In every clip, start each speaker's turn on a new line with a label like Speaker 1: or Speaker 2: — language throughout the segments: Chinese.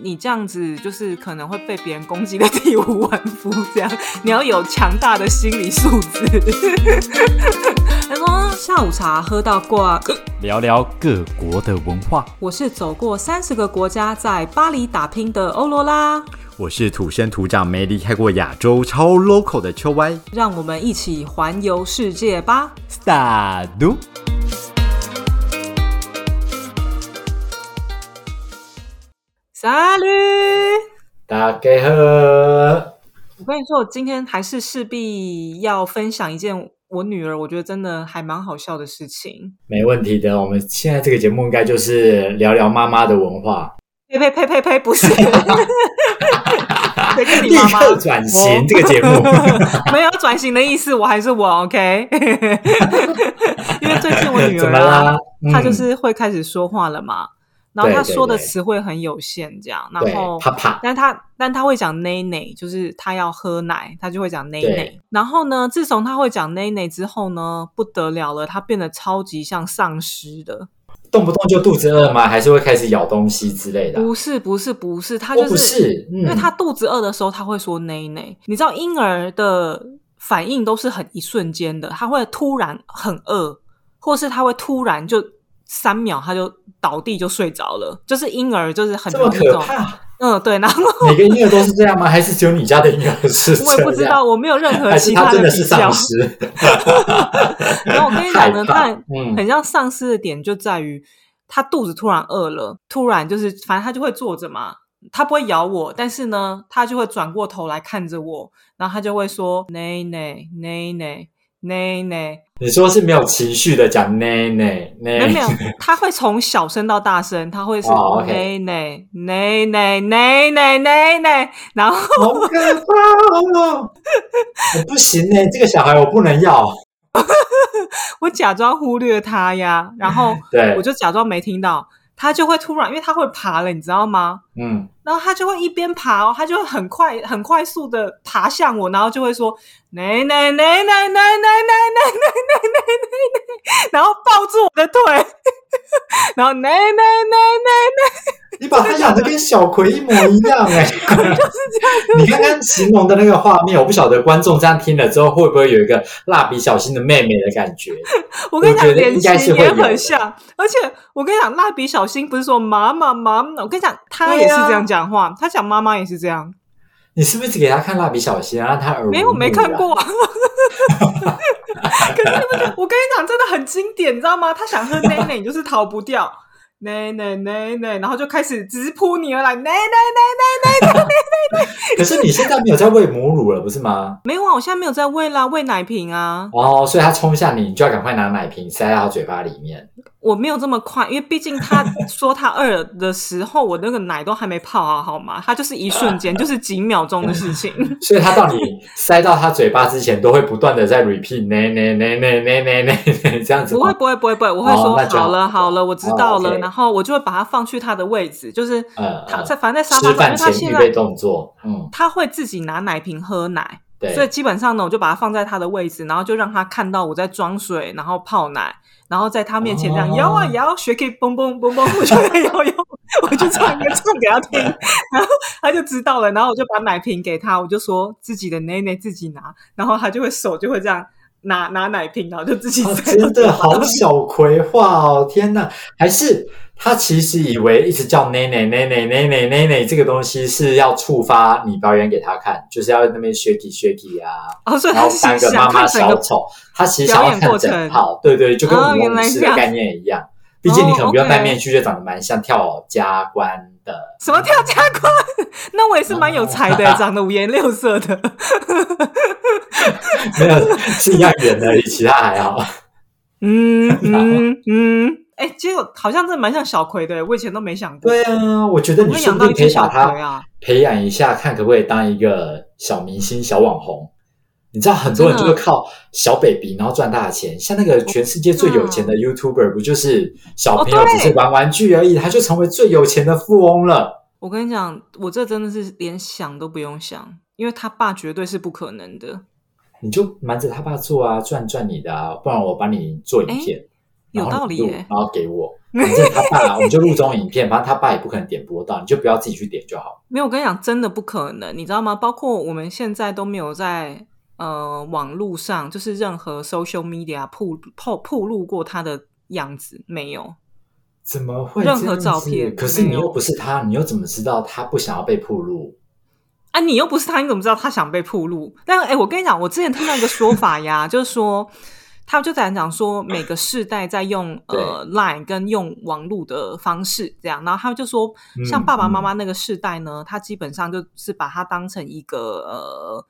Speaker 1: 你这样子就是可能会被别人攻击的体无完肤，这样你要有强大的心理素质。 他说下午茶喝到挂，
Speaker 2: 聊聊各国的文化。
Speaker 1: 我是走过三十个国家，在巴黎打拼的欧罗拉，
Speaker 2: 我是土生土长、没离开过亚洲、超 local 的秋歪。
Speaker 1: 让我们一起环游世界吧。
Speaker 2: 萨都，
Speaker 1: 沙律，
Speaker 2: 大家好。
Speaker 1: 我跟你说，我今天还是势必要分享一件我女儿我觉得真的还蛮好笑的事情。
Speaker 2: 没问题的，我们现在这个节目应该就是聊聊妈妈的文化，
Speaker 1: 呸呸呸呸呸，不 是，谁跟你
Speaker 2: 立
Speaker 1: 妈妈？哦
Speaker 2: 刻转型这个节目。
Speaker 1: 没有转型的意思，我还是我，OK 。因为最近我女
Speaker 2: 怎
Speaker 1: 儿
Speaker 2: 么啦
Speaker 1: 啊，？
Speaker 2: 嗯
Speaker 1: 她就是会开始说话了嘛，然后
Speaker 2: 对
Speaker 1: 她
Speaker 2: 对
Speaker 1: 说的
Speaker 2: 对
Speaker 1: 词汇很有限，这样，
Speaker 2: 对
Speaker 1: 然后
Speaker 2: 啪啪，
Speaker 1: 但他但他会讲奶奶，就是他要喝奶，他就会讲奶奶
Speaker 2: 对。
Speaker 1: 然后呢，自从他会讲奶奶之后呢，不得了了，他变得超级像丧尸的。
Speaker 2: 动不动就肚子饿吗？还是会开始咬东西之类的啊？
Speaker 1: 不是不是不是，他
Speaker 2: 都
Speaker 1: 就是
Speaker 2: 不是，嗯因
Speaker 1: 因为他肚子饿的时候，他会说奶奶。你知道婴儿的反应都是很一瞬间的，他会突然很饿，或是他会突然就三秒他就倒地就睡着了，就是婴儿就是很
Speaker 2: 这么
Speaker 1: 容易
Speaker 2: 可
Speaker 1: 种。
Speaker 2: 怕，
Speaker 1: 嗯，对。然后
Speaker 2: 每个婴儿都是这样吗？还是只有你家的婴儿是这
Speaker 1: 我
Speaker 2: 样？
Speaker 1: 也不知道，我没有任何
Speaker 2: 还是
Speaker 1: 其
Speaker 2: 他
Speaker 1: 的
Speaker 2: 真的
Speaker 1: 比
Speaker 2: 是
Speaker 1: 较
Speaker 2: 丧。尸？
Speaker 1: 然后我跟你讲呢，
Speaker 2: 害怕
Speaker 1: 他
Speaker 2: 嗯
Speaker 1: 很像丧尸的点就在于，他肚子突然饿了，突然就是反正他就会坐着嘛，他不会咬我，但是呢，他就会转过头来看着我，然后他就会说奶奶奶奶奶奶，
Speaker 2: 你说是没有情绪的讲奶奶
Speaker 1: 没有
Speaker 2: 奶
Speaker 1: 没有，他会从小声到大声，他会是
Speaker 2: 哦
Speaker 1: 奶
Speaker 2: ，OK
Speaker 1: 奶奶奶奶奶奶奶，然后
Speaker 2: 好可怕哦！我不行呢、这个小孩我不能要。
Speaker 1: 我假装忽略他呀，然后
Speaker 2: 对
Speaker 1: 我，就假装没听到，他就会突然，因为他会爬了，你知道吗？
Speaker 2: 嗯，
Speaker 1: 然后他就会一边爬哦，他就会很快很快速的爬向我，然后就会说奶奶奶奶奶奶奶奶奶奶奶奶，然后抱住我的腿，然后奶奶奶
Speaker 2: 你把他养的跟小葵一模一样 哎、你刚刚形容的那个画面，我不晓得观众这样听了之后会不会有一个蜡笔小新的妹妹的感觉？
Speaker 1: 奶，我跟你
Speaker 2: 我
Speaker 1: 讲，
Speaker 2: 觉得
Speaker 1: 脸
Speaker 2: 应该是
Speaker 1: 型
Speaker 2: 会
Speaker 1: 也
Speaker 2: 有的
Speaker 1: 很像，而且我跟你讲，蜡笔小新不是说妈妈妈妈，我跟你讲，他也是这样讲话，他讲妈妈也是这样，
Speaker 2: 你是不是只给他看蜡笔小新啊，让他耳濡
Speaker 1: 没有，
Speaker 2: 目
Speaker 1: 没看
Speaker 2: 染
Speaker 1: 过。 可是你不觉得？我跟你讲，真的很经典，你知道吗？他想喝奶奶，你就是逃不掉。 奶奶奶奶，然后就开始直扑你而来，奶奶奶奶。
Speaker 2: 可是你现在没有在喂母乳了，不是吗？
Speaker 1: 没有啊，我现在没有在喂啦，喂奶瓶啊，
Speaker 2: 哦，所以它冲向你，你就要赶快拿奶瓶塞到它嘴巴里面。
Speaker 1: 我没有这么快，因为毕竟他说他饿了的时候，我那个奶都还没泡好，好吗？他就是一瞬 间，就是几秒钟的事情。
Speaker 2: 所以它到你塞到它嘴巴之前，都会不断的在 repeat 呢呢呢呢呢呢呢呢这样子
Speaker 1: 不会
Speaker 2: 吗。
Speaker 1: 不会不会不会，我会说、
Speaker 2: 哦那就好
Speaker 1: 好了好了，我知道了，
Speaker 2: 哦，OK
Speaker 1: 然后我就会把它放去它的位置，就是
Speaker 2: 嗯
Speaker 1: 他
Speaker 2: 嗯
Speaker 1: 在反正在沙发上，
Speaker 2: 吃
Speaker 1: 因
Speaker 2: 饭
Speaker 1: 为他
Speaker 2: 前
Speaker 1: 现
Speaker 2: 预
Speaker 1: 在
Speaker 2: 备动作，嗯，
Speaker 1: 他会自己拿奶瓶喝奶，所以
Speaker 2: 对，
Speaker 1: 基本上呢，我就把它放在他的位置，然后就让他看到我在装水，然后泡奶，然后在他面前这样
Speaker 2: 哦
Speaker 1: 摇啊摇，学可以蹦蹦蹦蹦，我就在摇摇，我就唱歌唱给他 听，然后他就知道了，然后我就把奶瓶给他，我就说自己的奶奶自己拿，然后他就会手就会这样拿拿奶瓶，然后就自己
Speaker 2: 哦
Speaker 1: 在、
Speaker 2: 真的好小葵花哦，天哪！还是他其实以为一直叫奶奶奶奶奶奶奶奶这个东西是要触发你表演给他看，就是要那边 shaky shaky 啊，
Speaker 1: 哦，所以
Speaker 2: 然
Speaker 1: 他
Speaker 2: 后
Speaker 1: 是
Speaker 2: 三个妈
Speaker 1: 想
Speaker 2: 妈
Speaker 1: 看整
Speaker 2: 小
Speaker 1: 个
Speaker 2: 丑，他其实想要看整套，对对，就跟
Speaker 1: 哦
Speaker 2: 舞
Speaker 1: 原
Speaker 2: 龙
Speaker 1: 来
Speaker 2: 舞
Speaker 1: 是这
Speaker 2: 狮的
Speaker 1: 样
Speaker 2: 概念一样。毕竟你可能不用
Speaker 1: 哦
Speaker 2: 戴
Speaker 1: ，OK
Speaker 2: 面具，就长得蛮像跳加官的。
Speaker 1: 什么跳加官？ 那我也是蛮有才
Speaker 2: 哦
Speaker 1: 的，长得五颜六色的。
Speaker 2: 没有是一样远而已，其他还好。
Speaker 1: 嗯嗯嗯，哎、结果好像真的蛮像小葵的，我以前都没想过。
Speaker 2: 对啊，我觉得
Speaker 1: 我
Speaker 2: 你
Speaker 1: 会
Speaker 2: 说
Speaker 1: 养
Speaker 2: 不
Speaker 1: 到
Speaker 2: 定
Speaker 1: 一
Speaker 2: 可
Speaker 1: 只
Speaker 2: 以把
Speaker 1: 小葵
Speaker 2: 它
Speaker 1: 啊！
Speaker 2: 培养一下，看可不可以当一个小明星、小网红。你知道很多人就
Speaker 1: 真
Speaker 2: 是
Speaker 1: 的
Speaker 2: 靠小 baby 然后赚大钱，像那个全世界最有钱的 YouTuber，不就是小朋友
Speaker 1: 哦哦对
Speaker 2: 只是玩玩具而已，他就成为最有钱的富翁了？
Speaker 1: 我跟你讲，我这真的是连想都不用想，因为他爸绝对是不可能的。
Speaker 2: 你就瞒着他爸做啊，赚赚你的啊，不然我帮你做影片，
Speaker 1: 哎有
Speaker 2: 然后
Speaker 1: 道
Speaker 2: 你
Speaker 1: 理
Speaker 2: 录
Speaker 1: 耶
Speaker 2: 然后给我，反正他 爸，我们就录这种影片，反正他爸也不可能点播到，你就不要自己去点就好了。
Speaker 1: 没有，我跟你讲，真的不可能，你知道吗？包括我们现在都没有在呃网络上，就是任何 social media 曝曝曝露过他的样子，没有。
Speaker 2: 怎么会
Speaker 1: 任何
Speaker 2: 这样子
Speaker 1: 照片
Speaker 2: 可是你
Speaker 1: 没
Speaker 2: 又
Speaker 1: 有
Speaker 2: 不是他，你又怎么知道他不想要被曝露？
Speaker 1: 啊，你又不是他，你怎么知道他想被曝露？但哎、我跟你讲，我之前听到一个说法 呀，就是说，他们就在讲说，每个世代在用呃 Line 跟用网络的方式这样，然后他们就说，像
Speaker 2: 嗯
Speaker 1: 爸爸妈
Speaker 2: 嗯
Speaker 1: 妈那个世代呢，他基本上就是把它当成一个呃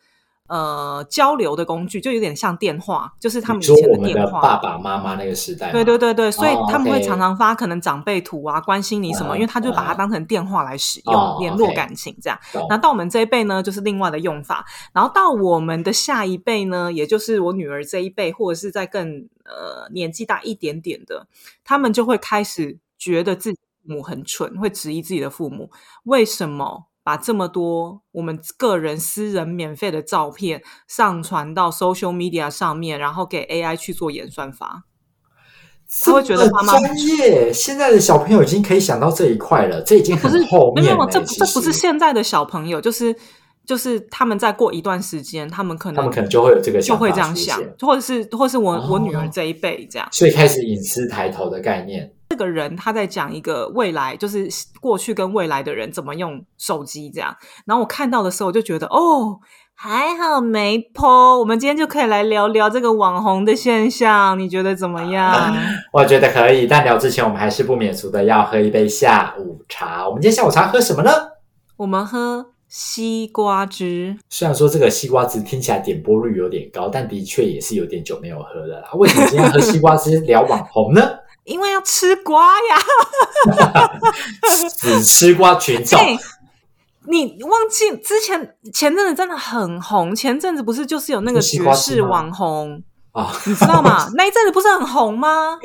Speaker 1: 呃交流的工具，就有点像电话，就是他们
Speaker 2: 你
Speaker 1: 以
Speaker 2: 说
Speaker 1: 前
Speaker 2: 我们
Speaker 1: 电
Speaker 2: 的
Speaker 1: 话。
Speaker 2: 爸爸妈妈那个时代吗，
Speaker 1: 对对对对，所以
Speaker 2: 哦
Speaker 1: 他们会
Speaker 2: OK
Speaker 1: 常常发可能长辈图啊，关心你什么，
Speaker 2: 嗯
Speaker 1: 因为他就把它
Speaker 2: 嗯
Speaker 1: 当成电话来使用，
Speaker 2: 哦
Speaker 1: 联络
Speaker 2: OK
Speaker 1: 感情这样。
Speaker 2: 懂，
Speaker 1: 那到我们这一辈呢，就是另外的用法。然后到我们的下一辈呢，也就是我女儿这一辈，或者是在更呃年纪大一点点的，他们就会开始觉得自己父母很蠢，会质疑自己的父母为什么。把这么多我们个人私人免费的照片上传到 social media 上面，然后给 AI 去做演算法，他会觉得
Speaker 2: 这
Speaker 1: 爸
Speaker 2: 么
Speaker 1: 妈
Speaker 2: 专业。现在的小朋友已经可以想到这一块了，这已经
Speaker 1: 不
Speaker 2: 很
Speaker 1: 是
Speaker 2: 后
Speaker 1: 没
Speaker 2: 面
Speaker 1: 有，
Speaker 2: 了。
Speaker 1: 这
Speaker 2: 其
Speaker 1: 这不是
Speaker 2: 实
Speaker 1: 现在的小朋友，就是就是他们再过一段时间，他们可
Speaker 2: 他
Speaker 1: 能
Speaker 2: 们可能就会有这个
Speaker 1: 就
Speaker 2: 想法
Speaker 1: 会这样
Speaker 2: 出
Speaker 1: 想
Speaker 2: 现，
Speaker 1: 或者是或是我、我女儿
Speaker 2: 哦
Speaker 1: 这一辈这样。
Speaker 2: 所以开始隐私抬头的概念。
Speaker 1: 这个人他在讲一个未来，就是过去跟未来的人怎么用手机这样。然后我看到的时候，我就觉得哦，还好没 PO。我们今天就可以来聊聊这个网红的现象，你觉得怎么
Speaker 2: 啊
Speaker 1: 样？
Speaker 2: 我觉得可以，但聊之前我们还是不免俗的要喝一杯下午茶。我们今天下午茶喝什么呢？
Speaker 1: 我们喝西瓜汁，
Speaker 2: 虽然说这个西瓜汁听起来点播率有点高，但的确也是有点久没有喝了啦。为什么今天要喝西瓜汁聊网红呢？
Speaker 1: 因为要吃瓜呀。
Speaker 2: 只吃瓜群众，
Speaker 1: 哎，你忘记之前前阵子真的很红，前阵子不是就是有那个
Speaker 2: 西
Speaker 1: 爵
Speaker 2: 瓜汁
Speaker 1: 士
Speaker 2: 吗
Speaker 1: 网红，
Speaker 2: 啊
Speaker 1: 你知道吗？那一阵子不是很红吗？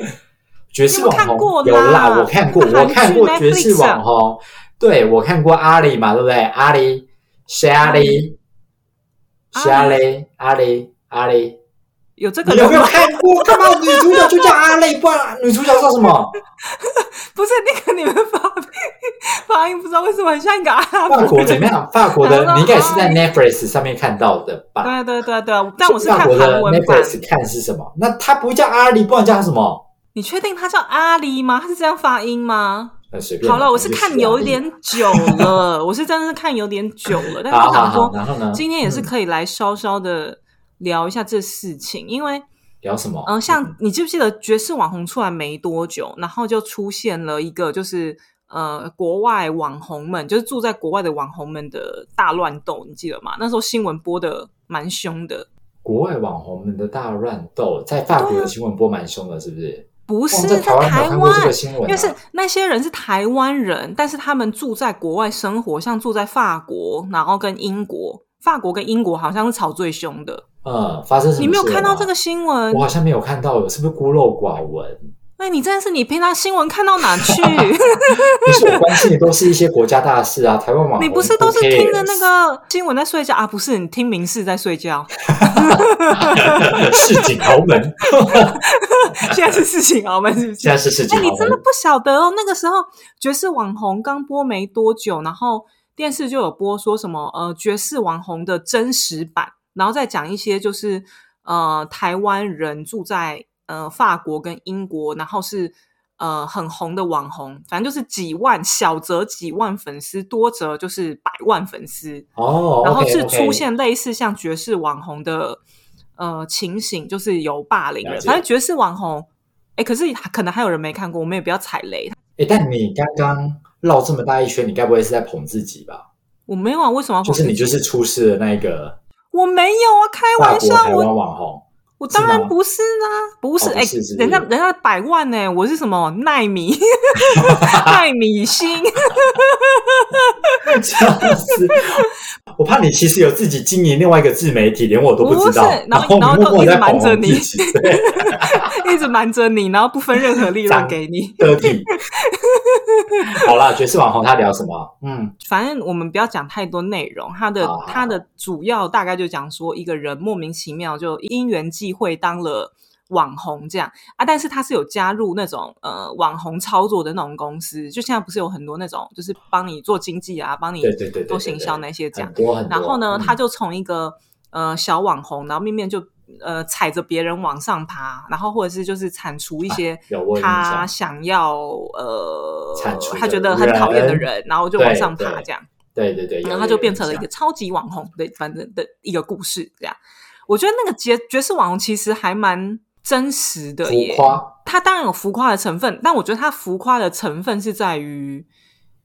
Speaker 2: 爵士网
Speaker 1: 你有没有看过
Speaker 2: 红
Speaker 1: 啦
Speaker 2: 有啦，我看过，
Speaker 1: 韩
Speaker 2: 我
Speaker 1: 剧
Speaker 2: 看过
Speaker 1: Netflix 啊
Speaker 2: 爵士网红，对我看过阿里嘛，对不对？阿里谁阿里？谁阿
Speaker 1: 阿里
Speaker 2: 里？阿里阿里，
Speaker 1: 有这个
Speaker 2: 你有
Speaker 1: 人
Speaker 2: 没有
Speaker 1: 吗？
Speaker 2: 看过？干嘛女主角就叫阿里，不然女主角叫什么？
Speaker 1: 不是那个你们发发音不知道为什么很像一个阿拉伯
Speaker 2: 法
Speaker 1: 人
Speaker 2: 国怎么？样？ 法国的
Speaker 1: 然后
Speaker 2: 你应该也是在 Netflix 上面看到的吧？
Speaker 1: 对对对对，但我是
Speaker 2: 法
Speaker 1: 看
Speaker 2: 国的
Speaker 1: 韩文版。
Speaker 2: Netflix 看是什么？那他不叫阿里，不然叫他什么？
Speaker 1: 你确定他叫阿里吗？他是这样发音吗？
Speaker 2: 呃，随便啦。
Speaker 1: 好了，我
Speaker 2: 反
Speaker 1: 是
Speaker 2: 正就
Speaker 1: 看
Speaker 2: 是啊阿
Speaker 1: 有
Speaker 2: 里。
Speaker 1: 点久了，我是真的是看有点久了，但是
Speaker 2: 好
Speaker 1: 我
Speaker 2: 好
Speaker 1: 想
Speaker 2: 好，
Speaker 1: 说，
Speaker 2: 然后呢？
Speaker 1: 今天也是
Speaker 2: 嗯
Speaker 1: 可以来稍稍的聊一下这事情，因为
Speaker 2: 聊什么？
Speaker 1: 嗯、呃像你记不记得爵士网红出来没多久，然后就出现了一个就是呃国外网红们，就是住在国外的网红们的大乱斗，你记得吗？那时候新闻播的蛮凶的，
Speaker 2: 国外网红们的大乱斗，在法国的新闻播蛮凶的，是不是？
Speaker 1: 啊不
Speaker 2: 哇
Speaker 1: 是
Speaker 2: 在台湾没有
Speaker 1: 台
Speaker 2: 看过这
Speaker 1: 湾
Speaker 2: 个。新闻、啊，
Speaker 1: 因为是那些人是台湾人，但是他们住在国外生活，像住在法国，然后跟英国，法国跟英国好像是吵最凶的。
Speaker 2: 嗯，发生什么事？
Speaker 1: 你没有看到这个？新闻
Speaker 2: 我？好像没有看到，是不是孤陋寡闻？
Speaker 1: 哎，你真的是你平常新闻看到哪去？
Speaker 2: 可是我关心的都是一些国家大事啊，台湾网红
Speaker 1: 你不是都是
Speaker 2: who
Speaker 1: 听着那
Speaker 2: cares
Speaker 1: 个新闻在睡觉啊？不是，你听民事在睡觉。
Speaker 2: 市井豪门？
Speaker 1: 现在是事情啊，我们是不是
Speaker 2: 现在是市井
Speaker 1: 哎，你
Speaker 2: 豪
Speaker 1: 真的
Speaker 2: 门
Speaker 1: 不晓得哦，那个时候爵士网红刚播没多久，然后电视就有播说什么呃爵士网红的真实版，然后再讲一些就是呃台湾人住在呃法国跟英国，然后是呃很红的网红，反正就是几万，小则几万粉丝，多则就是百万粉丝，
Speaker 2: 哦，
Speaker 1: 然后
Speaker 2: OK，
Speaker 1: 是
Speaker 2: OK
Speaker 1: 出现类似像爵士网红的呃情形，就是有霸凌
Speaker 2: 了
Speaker 1: 人。
Speaker 2: 解
Speaker 1: 反正爵士网红，哎，可是可能还有人没看过，我们也不要踩雷。
Speaker 2: 哎，但你刚刚绕这么大一圈，你该不会是在捧自己吧？
Speaker 1: 我没有啊，为什么要
Speaker 2: 就
Speaker 1: 捧
Speaker 2: 是
Speaker 1: 自己？
Speaker 2: 你就是出事的那个
Speaker 1: 我没有啊，开
Speaker 2: 法
Speaker 1: 玩
Speaker 2: 国
Speaker 1: 笑，
Speaker 2: 台湾
Speaker 1: 我
Speaker 2: 网红，
Speaker 1: 我当
Speaker 2: 是
Speaker 1: 然
Speaker 2: 吗
Speaker 1: 不是啊，不是
Speaker 2: 哦不
Speaker 1: 哎、
Speaker 2: 是是
Speaker 1: 人家
Speaker 2: 是
Speaker 1: 人家百万呢、我是什么奈米 奈米星，
Speaker 2: 笑死！我怕你其实有自己经营另外一个自媒体，连我都知道
Speaker 1: 不是，然
Speaker 2: 然
Speaker 1: 后然后
Speaker 2: 你默默
Speaker 1: 都一
Speaker 2: 在
Speaker 1: 直瞒
Speaker 2: 捧
Speaker 1: 着
Speaker 2: 红
Speaker 1: 你
Speaker 2: 自己，对，
Speaker 1: 一直瞒着你，然后不分任何利润
Speaker 2: 脏
Speaker 1: 给你。
Speaker 2: 得体。 好啦，爵士网红他聊什么？嗯，
Speaker 1: 反正我们不要讲太多内容，它的
Speaker 2: 好好
Speaker 1: 它的主要大概就讲说，一个人莫名其妙就因缘际会当了网红这样啊，但是他是有加入那种呃网红操作的那种公司，就现在不是有很多那种就是帮你做经济啊，帮你
Speaker 2: 对对对对对
Speaker 1: 做行销那些这样
Speaker 2: 很。多很多。
Speaker 1: 然后呢，
Speaker 2: 嗯
Speaker 1: 他就从一个呃小网红，然后面面就呃踩着别人往上爬，然后或者是就是铲除一些
Speaker 2: 啊有我有印
Speaker 1: 他
Speaker 2: 象
Speaker 1: 想要呃
Speaker 2: 铲除
Speaker 1: 他
Speaker 2: 的
Speaker 1: 觉得很讨厌的
Speaker 2: 人
Speaker 1: 人，然后就往
Speaker 2: 对
Speaker 1: 上爬
Speaker 2: 对
Speaker 1: 这样。
Speaker 2: 对对对，
Speaker 1: 然
Speaker 2: 有
Speaker 1: 后他
Speaker 2: 有
Speaker 1: 就
Speaker 2: 有
Speaker 1: 变
Speaker 2: 印
Speaker 1: 成了一
Speaker 2: 象
Speaker 1: 个超级网红的，反正的一个故事这样。我觉得那个爵爵士网红其实还蛮真实的耶
Speaker 2: 浮，夸，
Speaker 1: 它当然有浮夸的成分，但我觉得它浮夸的成分是在于，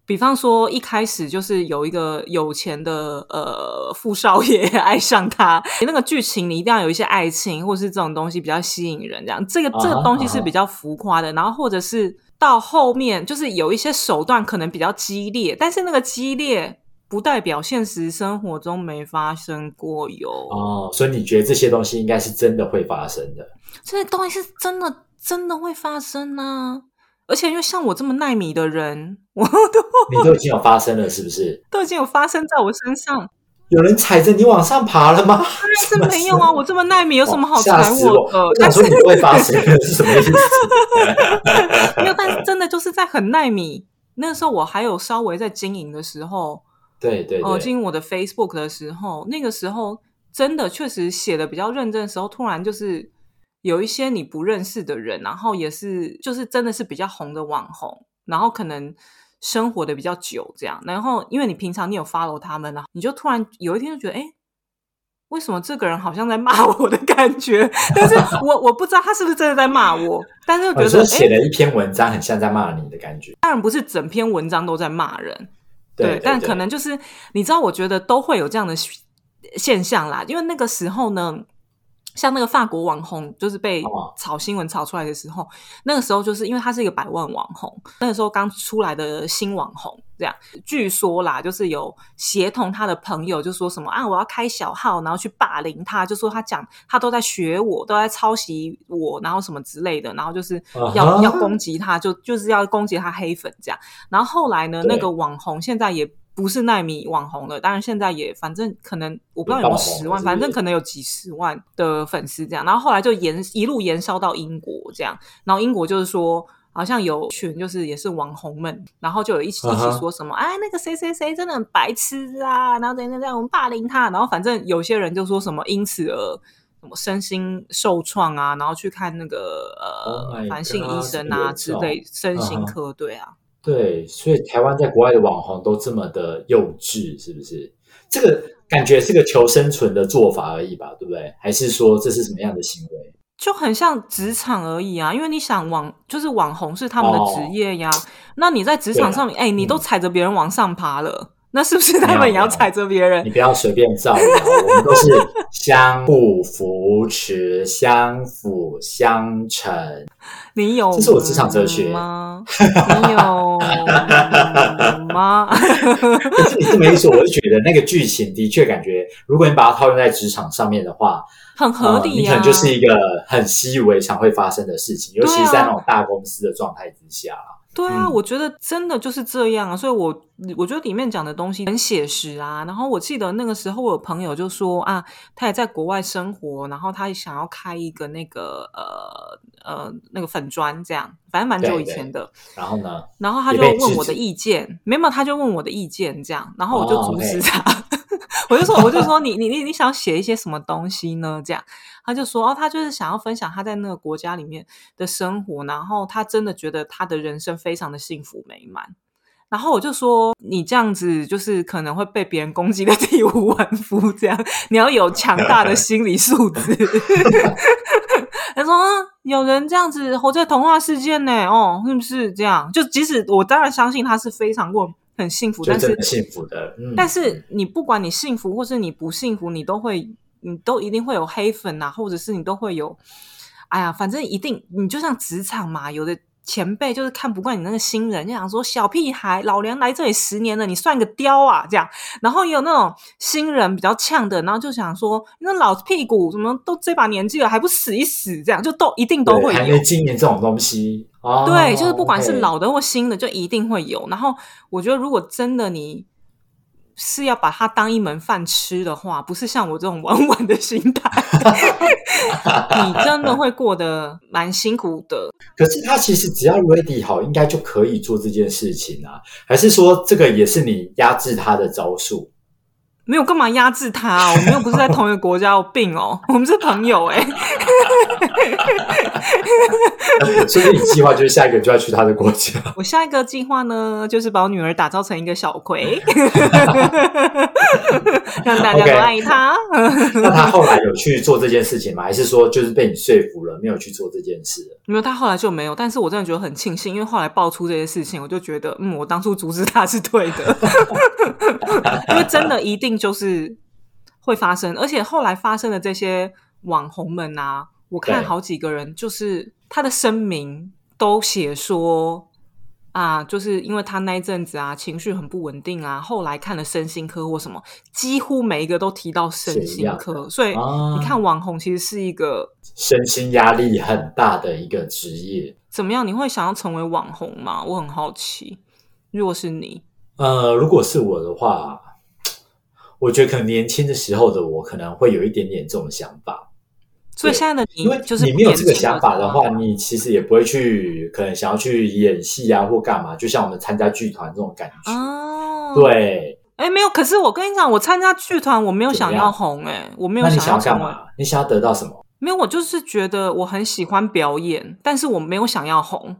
Speaker 1: 比方说一开始就是有一个有钱的呃富少爷爱上他， 那个剧情你一定要有一些爱情或是这种东西比较吸引人，这样这个这
Speaker 2: 啊
Speaker 1: 个
Speaker 2: 哈
Speaker 1: 东西是
Speaker 2: 啊哈
Speaker 1: 比较浮夸的，然后或者是到后面就是有一些手段可能比较激烈，但是那个激烈。不代表现实生活中没发生过有
Speaker 2: 哦，所以你觉得这些东西应该是真的会发生的？
Speaker 1: 这些东西是真的真的会发生呢、而且因为像我这么耐米的人，我 都
Speaker 2: 你都已经有发生了，是不是？
Speaker 1: 都已经有发生在我身上，
Speaker 2: 有人踩着你往上爬了吗？
Speaker 1: 当然是没有啊！我这么耐米有什么好
Speaker 2: 吓
Speaker 1: 踩
Speaker 2: 死我！
Speaker 1: 的
Speaker 2: 我？想
Speaker 1: 但
Speaker 2: 说
Speaker 1: 是
Speaker 2: 你都会发生了是什么 意思？
Speaker 1: 没有，但是真的就是在很耐米。那时候我还有稍微在经营的时候，
Speaker 2: 对对
Speaker 1: 哦、
Speaker 2: 对，
Speaker 1: 经营我的 Facebook 的时候，那个时候真的确实写的比较认真的时候，突然就是有一些你不认识的人，然后也是就是真的是比较红的网红，然后可能生活的比较久这样，然后因为你平常你有 follow 他们，然后你就突然有一天就觉得，哎、为什么这个人好像在骂我的感觉？ 但是我我不知道他是不是真的在骂我，但是我
Speaker 2: 我
Speaker 1: 觉得
Speaker 2: 说
Speaker 1: 哎、
Speaker 2: 写了一篇文章，很像在骂你的感觉。
Speaker 1: 当然不是整篇文章都在骂人，
Speaker 2: 对，
Speaker 1: 但
Speaker 2: 对
Speaker 1: 可能就是你知道，我觉得都会有这样的现现象啦，因为那个时候呢。像那个法国网红，就是被
Speaker 2: 哦
Speaker 1: 炒新闻炒出来的时候，那个时候就是因为他是一个百万网红，那个时候刚出来的新网红，这样据说啦，就是有协同他的朋友就说什么啊，我要开小号，然后去霸凌他，就说他讲他都在学我，都在抄袭我，然后什么之类的，然后就是要、
Speaker 2: 啊哈
Speaker 1: 要攻击他，就就是要攻击他黑粉这样。然后后来呢，
Speaker 2: 对
Speaker 1: 那个网红现在也不是奈米网红了，当然现在也反正可能我不知道有没有十万，
Speaker 2: 也爆红了是不是
Speaker 1: 反正可能有几十万的粉丝这样。然后后来就延一路延烧到英国这样，然后英国就是说。好像有群就是也是网红们，然后就有一起一
Speaker 2: 啊哈
Speaker 1: 起说什么、哎，那个谁谁谁真的很白痴啊，然后怎样怎样怎样，我们霸凌他，然后反正有些人就说什么因此而什么身心受创啊，然后去看那个
Speaker 2: Oh
Speaker 1: 呃
Speaker 2: my
Speaker 1: 反性医
Speaker 2: God，
Speaker 1: 生
Speaker 2: 这个
Speaker 1: 啊
Speaker 2: 有
Speaker 1: 之
Speaker 2: 这
Speaker 1: 类，身
Speaker 2: 嗯
Speaker 1: 心
Speaker 2: 哼
Speaker 1: 科对啊，
Speaker 2: 对，所以台湾在国外的网红都这么的幼稚，是不是？这个感觉是个求生存的做法而已吧，对不对？还是说这是什么样的行为？
Speaker 1: 就很像职场而已啊。因为你想网就是网红是他们的
Speaker 2: 哦
Speaker 1: 职业呀，那你在职场上面，哎、你都
Speaker 2: 嗯
Speaker 1: 踩着别人往上爬了，那是不是他
Speaker 2: 没有
Speaker 1: 们也要
Speaker 2: 没有
Speaker 1: 踩着别人
Speaker 2: 你？不要随便造谣，我们都是相互扶持、相辅相成。
Speaker 1: 你有？
Speaker 2: 这是我职场哲学
Speaker 1: 吗？ 你有吗？
Speaker 2: 可是你这么一说，我就觉得那个剧情的确感觉，如果你把它套用在职场上面的话，
Speaker 1: 很合
Speaker 2: 呃，
Speaker 1: 理啊
Speaker 2: 你可
Speaker 1: 呀、
Speaker 2: 能就是一个很习以为常会发生的事情，尤其是
Speaker 1: 啊
Speaker 2: 在那种大公司的状态之下。
Speaker 1: 对啊，
Speaker 2: 嗯
Speaker 1: 我觉得真的就是这样啊，所以我我觉得里面讲的东西很写实啊。然后我记得那个时候我有朋友就说啊，他也在国外生活，然后他想要开一个那个呃呃那个粉砖这样，反正蛮久
Speaker 2: 对
Speaker 1: 以前的。
Speaker 2: 然后呢，
Speaker 1: 然后他就
Speaker 2: 也被制
Speaker 1: 问我的
Speaker 2: 止
Speaker 1: 意见，没有，他就问我的意见这样，然后我就
Speaker 2: 哦
Speaker 1: 阻止
Speaker 2: ，OK
Speaker 1: 他， 我就说我就说你你你你想写一些什么东西呢？这样，他就说哦，他就是想要分享他在那个国家里面的生活，然后他真的觉得他的人生非常的幸福美满。然后我就说，你这样子就是可能会被别人攻击的 体无完肤，这样你要有强大的心理素质。 他说、嗯有人这样子活在童话世界呢，哦，是不是这样？就即使我当然相信他是非常过很幸福，
Speaker 2: 就
Speaker 1: 但
Speaker 2: 真
Speaker 1: 是
Speaker 2: 的幸福的，嗯，
Speaker 1: 但是你不管你幸福或是你不幸福，你都会，你都一定会有黑粉啊，或者是你都会有，哎呀，反正一定，你就像职场嘛，有的前辈就是看不惯你那个新人，就想说小屁孩，老娘来这里十年了，你算个雕啊，这样。然后也有那种新人比较呛的，然后就想说那老屁股怎么都这把年纪了还不死一死，这样就都一定都
Speaker 2: 对
Speaker 1: 会
Speaker 2: 还
Speaker 1: 有
Speaker 2: 没。经营这种东西哦，
Speaker 1: 对，就是不管是
Speaker 2: OK
Speaker 1: 老的或新的，就一定会有。然后我觉得，如果真的你是要把它当一门饭吃的话，不是像我这种玩玩的心 态，你真的会过得蛮辛苦的。
Speaker 2: 可是他其实只要 ready 好，应该就可以做这件事情啊。还是说这个也是你压制他的招数？
Speaker 1: 没有干嘛压制他、啊，我们又不是在同一个国家，有病哦，我们是朋友 哎、
Speaker 2: 所以你计划就是下一个就要去他的国家。
Speaker 1: 我下一个计划呢，就是把我女儿打造成一个小 葵， 让大家都
Speaker 2: OK
Speaker 1: 爱她。
Speaker 2: 那他后来有去做这件事情吗？还是说就是被你说服了，没有去做这件事？
Speaker 1: 没有，他后来就没有，但是我真的觉得很庆幸，因为后来爆出这些事情，我就觉得，嗯，我当初阻止他是对的， 因为真的一定就是会发生，而且后来发生的这些网红们啊，我看
Speaker 2: 对
Speaker 1: 好几个人就是他的声明都写说啊，就是因为他那一阵子啊情绪很不稳定啊，后来看了身心科或什么，几乎每一个都提到身
Speaker 2: 是一
Speaker 1: 心
Speaker 2: 样的
Speaker 1: 科，所以
Speaker 2: 啊
Speaker 1: 你看网红其实是一个
Speaker 2: 身心压力很大的一个职业。
Speaker 1: 怎么样？你会想要成为网红吗？我很好奇。如果是你，
Speaker 2: 呃，如果是我的话，我觉得可能年轻的时候的我可能会有一点点这种想法，
Speaker 1: 所以现在的你
Speaker 2: 因为
Speaker 1: 就是
Speaker 2: 你没有这个
Speaker 1: 年轻
Speaker 2: 想法的
Speaker 1: 时
Speaker 2: 话，
Speaker 1: 候啊
Speaker 2: 你其实也不会去可能想要去演戏啊或干嘛，就像我们参加剧团这种感觉。
Speaker 1: 哦，，
Speaker 2: 对，
Speaker 1: 哎，没有。可是我跟你讲，我参加剧团，我没有想
Speaker 2: 怎么样
Speaker 1: 要红、哎，我没有
Speaker 2: 那你
Speaker 1: 想要
Speaker 2: 想要干
Speaker 1: 成为，
Speaker 2: 嘛？你想要得到什么？
Speaker 1: 没有，我就是觉得我很喜欢表演，但是我没有想要红，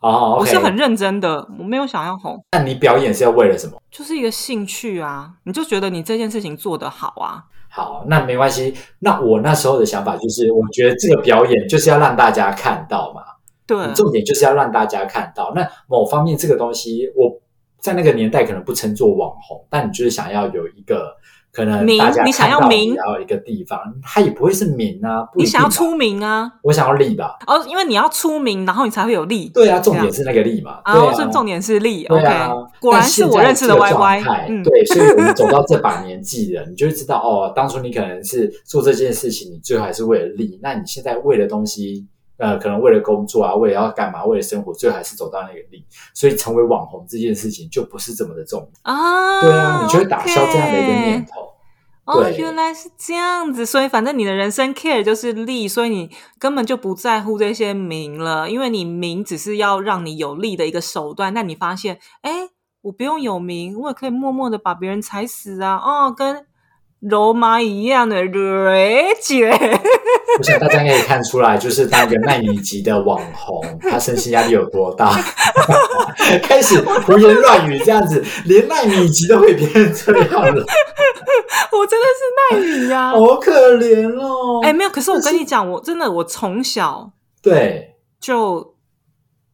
Speaker 2: 哦
Speaker 1: 我
Speaker 2: ，OK，
Speaker 1: 是很认真的，我没有想要红，
Speaker 2: 那你表演是要为了什么？
Speaker 1: 就是一个兴趣啊，你就觉得你这件事情做得好啊，
Speaker 2: 好，那没关系。那我那时候的想法就是，我觉得这个表演就是要让大家看到嘛，
Speaker 1: 对，啊
Speaker 2: 重点就是要让大家看到。那某方面这个东西，我在那个年代可能不称作网红，但你就是想要有一个可能
Speaker 1: 名
Speaker 2: 大家
Speaker 1: 你想
Speaker 2: 看
Speaker 1: 要
Speaker 2: 到
Speaker 1: 名
Speaker 2: 然后一个地方，它也不会是名啊，不一
Speaker 1: 你
Speaker 2: 定
Speaker 1: 想要
Speaker 2: 吧
Speaker 1: 出名啊，
Speaker 2: 我想要利吧？
Speaker 1: 哦，因为你要出名，然后你才会有力，
Speaker 2: 对啊，重
Speaker 1: 这
Speaker 2: 点
Speaker 1: 样
Speaker 2: 是那个利嘛，
Speaker 1: 啊，
Speaker 2: 对啊，
Speaker 1: 这重点是力、
Speaker 2: 对
Speaker 1: o
Speaker 2: 啊
Speaker 1: k 果然是我认识的
Speaker 2: 但
Speaker 1: YY
Speaker 2: 现在这个状态。
Speaker 1: 嗯，
Speaker 2: 对，所以我们走到这把年纪了，你就会知道哦，当初你可能是做这件事情，你最后还是为了利。那你现在为了东西，呃，可能为了工作啊，为了要干嘛，为了生活，最后还是走到那个利。所以成为网红这件事情就不是这么的重要。
Speaker 1: 啊，
Speaker 2: 对啊，你就会打消这样的一个念
Speaker 1: OK。
Speaker 2: 头。
Speaker 1: 哦，
Speaker 2: 对
Speaker 1: 原来是这样子，所以反正你的人生 care 就是利，所以你根本就不在乎这些名了，因为你名只是要让你有利的一个手段。但你发现，哎，我不用有名，我也可以默默的把别人踩死啊！哦，跟柔麻一样的蕊姐，
Speaker 2: 我想大家应该可以看出来，就是当一个奈米级的网红，他身心压力有多大， 开始胡言乱语这样子，连奈米级都会变成这样了。
Speaker 1: 我真的是奈米呀、
Speaker 2: 好可怜哦。
Speaker 1: 哎、没有，可是我跟你讲，我真的我从小
Speaker 2: 对，
Speaker 1: 就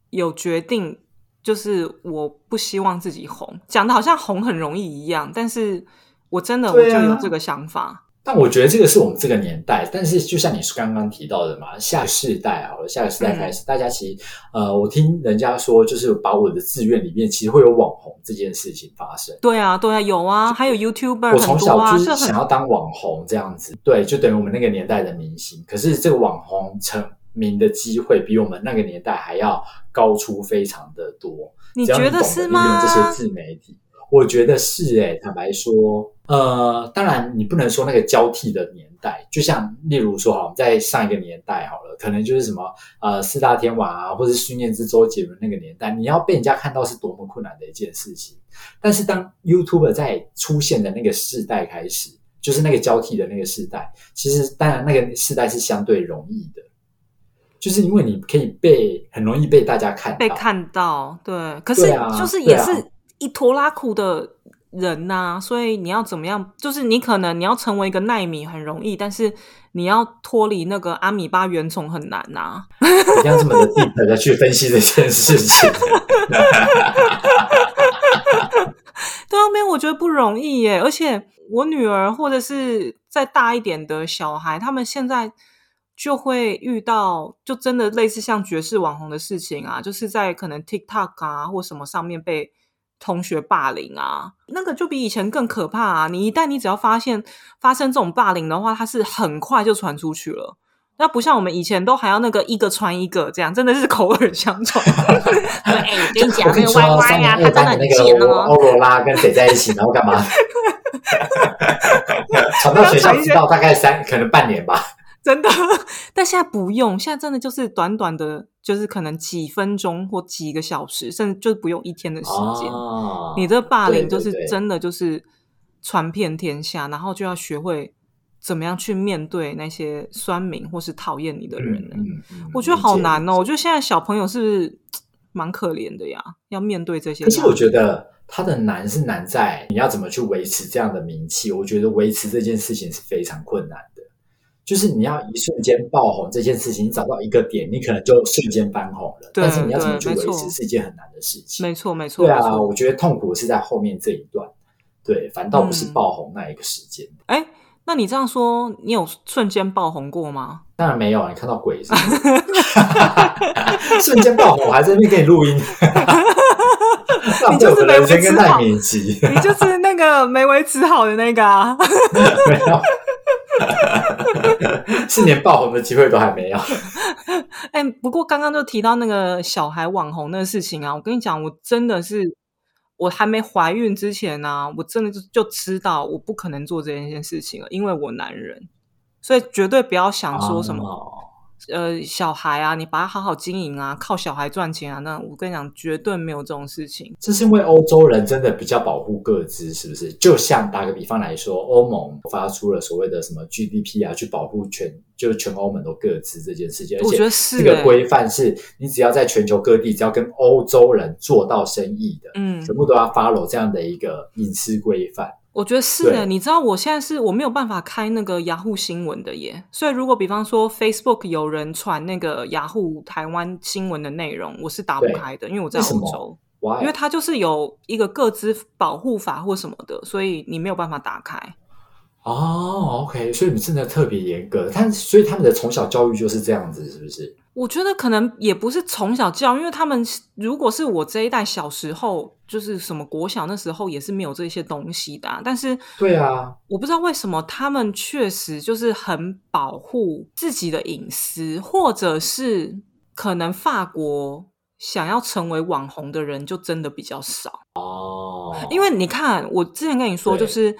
Speaker 1: 有决定，就是我不希望自己红，讲的好像红很容易一样，但是我真的我
Speaker 2: 对
Speaker 1: 就
Speaker 2: 啊
Speaker 1: 有这个想法，
Speaker 2: 但我觉得这个是我们这个年代，但是就像你刚刚提到的嘛，下世代好了，下个世代开
Speaker 1: 嗯
Speaker 2: 始，大家其实呃，我听人家说，就是把我的志愿里面其实会有网红这件事情发生。
Speaker 1: 对啊，对啊，有啊，还有 YouTuber
Speaker 2: 我
Speaker 1: 很
Speaker 2: 从
Speaker 1: 多
Speaker 2: 小
Speaker 1: 啊，
Speaker 2: 就
Speaker 1: 这
Speaker 2: 是想
Speaker 1: 很
Speaker 2: 要当网红这样子，对，就等于我们那个年代的明星。可是这个网红成名的机会比我们那个年代还要高出非常的多。
Speaker 1: 你
Speaker 2: 只要
Speaker 1: 觉
Speaker 2: 懂
Speaker 1: 得是
Speaker 2: 利
Speaker 1: 吗
Speaker 2: 用？这些自媒体，我觉得是诶、坦白说，呃，当然你不能说那个交替的年代，就像例如说，哈，我们在上一个年代好了，可能就是什么呃四大天王啊，或者训练之周杰伦那个年代，你要被人家看到是多么困难的一件事情。但是当 YouTube 在出现的那个世代开始，就是那个交替的那个世代，其实当然那个世代是相对容易的。就是因为你可以被很容易被大家看到，
Speaker 1: 被看到，对，可是
Speaker 2: 对啊
Speaker 1: 就是
Speaker 2: 对
Speaker 1: 也
Speaker 2: 啊
Speaker 1: 是一拖拉苦的人呐、所以你要怎么样？就是你可能你要成为一个奈米很容易，但是你要脱离那个阿米巴原虫很难呐、
Speaker 2: 一定要这么的 deep 的去分析这件事情。
Speaker 1: 对啊，没有，我觉得不容易耶。而且我女儿或者是再大一点的小孩，他们现在就会遇到，就真的类似像爵士网红的事情啊，就是在可能 TikTok 啊或什么上面被同学霸凌啊，那个就比以前更可怕啊。你一旦你只要发现发生这种霸凌的话，它是很快就传出去了。那不像我们以前都还要那个一个传一个这样，真的是口耳相传。对，哎、
Speaker 2: 我跟你说，三年二班的那个欧欧罗拉跟谁在一起，然后干嘛？传到学校知道大概三，可能半年吧。
Speaker 1: 真的。 但现在不用，现在真的就是短短的，就是可能几分钟或几个小时，甚至就是不用一天的时间。
Speaker 2: 哦
Speaker 1: 你这霸凌就是
Speaker 2: 对对对
Speaker 1: 真的就是传遍天下，然后就要学会怎么样去面对那些酸民或是讨厌你的人、欸。
Speaker 2: 嗯嗯
Speaker 1: 我觉得好难。
Speaker 2: 嗯理解
Speaker 1: 哦，我觉得现在小朋友是不是蛮可怜的呀，要面对啊这些压
Speaker 2: 可
Speaker 1: 力。
Speaker 2: 是我觉得它的难是难在你要怎么去维持这样的名气，我觉得维持这件事情是非常困难的。就是你要一瞬间爆红这件事情，你找到一个点，你可能就瞬间翻红了。
Speaker 1: 对
Speaker 2: 但是你要怎么去
Speaker 1: 对
Speaker 2: 维
Speaker 1: 没
Speaker 2: 持
Speaker 1: 错
Speaker 2: 是一件很难的事情。
Speaker 1: 没错，没错，
Speaker 2: 对
Speaker 1: 没
Speaker 2: 啊，
Speaker 1: 错。
Speaker 2: 我觉得痛苦是在后面这一段，对，反倒不是
Speaker 1: 嗯
Speaker 2: 爆红那一个时间。
Speaker 1: 哎、那你这样说，你有瞬间爆红过 吗？
Speaker 2: 当然没有，啊，你看到鬼是 不是瞬间爆红，我还在那边给你 录音， 浪费我的人生跟赖敏吉。
Speaker 1: 你就是那个没维持好的那个啊。
Speaker 2: 没有，是连爆红的机会都还没有。
Speaker 1: 哎、不过刚刚就提到那个小孩网红那个事情啊，我跟你讲，我真的是我还没怀孕之前呢、我真的就就知道我不可能做这件事情了，因为我男人，所以绝对不要想说什么、
Speaker 2: 么？
Speaker 1: 呃小孩啊，你把他好好经营啊，靠小孩赚钱啊，那我跟你讲，绝对没有这种事情。
Speaker 2: 这是因为欧洲人真的比较保护各自，是不是？就像打个比方来说，欧盟发出了所谓的什么 GDP 啊，去保护全就是全欧盟都各自这件事情，而
Speaker 1: 我觉
Speaker 2: 且
Speaker 1: 得是、
Speaker 2: 这
Speaker 1: 欸，
Speaker 2: 个规范是你只要在全球各地，只要跟欧洲人做到生意的，
Speaker 1: 嗯，
Speaker 2: 全部都要 follow 这样的一个隐私规范。
Speaker 1: 我觉得是
Speaker 2: 对
Speaker 1: 的，你知道我现在是我没有办法开那个雅虎新闻的耶，所以如果比方说 Facebook 有人传那个雅虎台湾新闻的内容，我是打不
Speaker 2: 对
Speaker 1: 开的，因为我在
Speaker 2: 为什
Speaker 1: 欧
Speaker 2: 么
Speaker 1: 洲，
Speaker 2: 哇
Speaker 1: 因为它就是有一个各自保护法或什么的，所以你没有办法打开。
Speaker 2: 哦，OK，所以你真的特别严格，但所以他们的从小教育就是这样子，是不是？
Speaker 1: 我觉得可能也不是从小教，因为他们如果是我这一代小时候，就是什么国小那时候也是没有这些东西的啊、但是
Speaker 2: 对啊，
Speaker 1: 我不知道为什么他们确实就是很保护自己的隐私，或者是可能法国想要成为网红的人就真的比较少。
Speaker 2: 哦，
Speaker 1: 因为你看，我之前跟你说，
Speaker 2: 对
Speaker 1: 就是